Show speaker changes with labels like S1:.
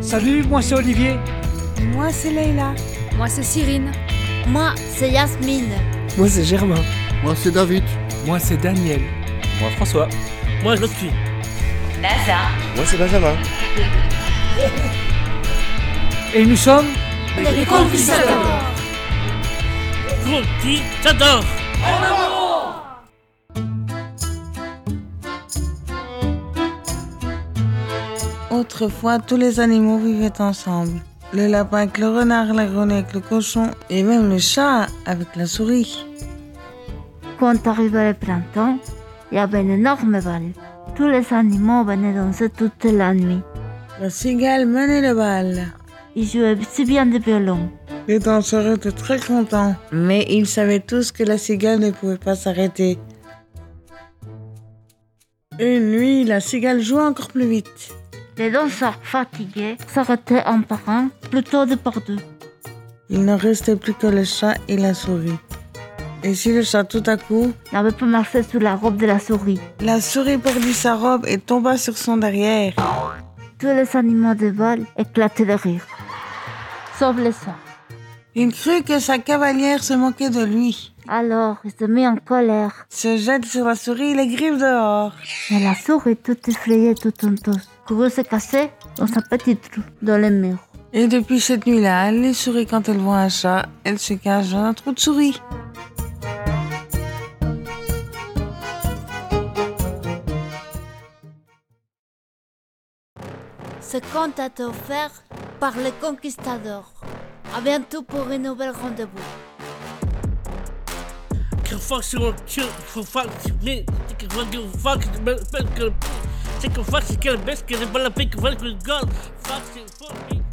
S1: Salut, moi c'est Olivier.
S2: Moi, c'est Leïla.
S3: Moi, c'est Cyrine.
S4: Moi, c'est Yasmine.
S5: Moi, c'est Germain.
S6: Moi, c'est David.
S7: Moi, c'est Daniel.
S8: Moi, François.
S9: Moi, je suis.
S10: NASA.
S11: Moi, c'est Benjamin.
S1: Et nous sommes.
S12: Les, les conquistadors.
S9: Conquistadors. En avant
S2: Autrefois, tous les animaux vivaient ensemble. Le lapin avec le renard, la grenouille avec le cochon et même le chat avec la souris.
S4: Quand arrivait le printemps, il y avait une énorme balle. Tous les animaux venaient danser toute la nuit.
S2: La cigale menait le bal.
S4: Ils jouaient si bien du violon.
S2: Les danseurs étaient très contents, mais ils savaient tous que la cigale ne pouvait pas s'arrêter. Une nuit, la cigale joua encore plus vite.
S4: Les danseurs fatigués s'arrêtaient un par un, plutôt de par deux.
S2: Il ne restait plus que le chat et la souris. Et si le chat tout à coup
S4: n'avait pas marché sous la robe de la souris
S2: La souris perdit sa robe et tomba sur son derrière.
S4: Tous les animaux de vol éclataient de rire, sauf le chat.
S2: Il crut que sa cavalière se moquait de lui.
S4: Alors, il se mit en colère.
S2: Se jette sur la souris et les griffe dehors.
S4: Mais la souris, toute effrayée, tout honteuse, courut se casser dans sa petite trou, dans le mur.
S2: Et depuis cette nuit-là, les souris, quand elles voient un chat, elles se cachent dans un trou de souris.
S4: Ce conte a été offert par les conquistadors. À bientôt pour une nouvelle rendez-vous.
S9: C'est que fax, c'est qu'elle baisse, qu'elle est pas la paix, que fax, c'est fort,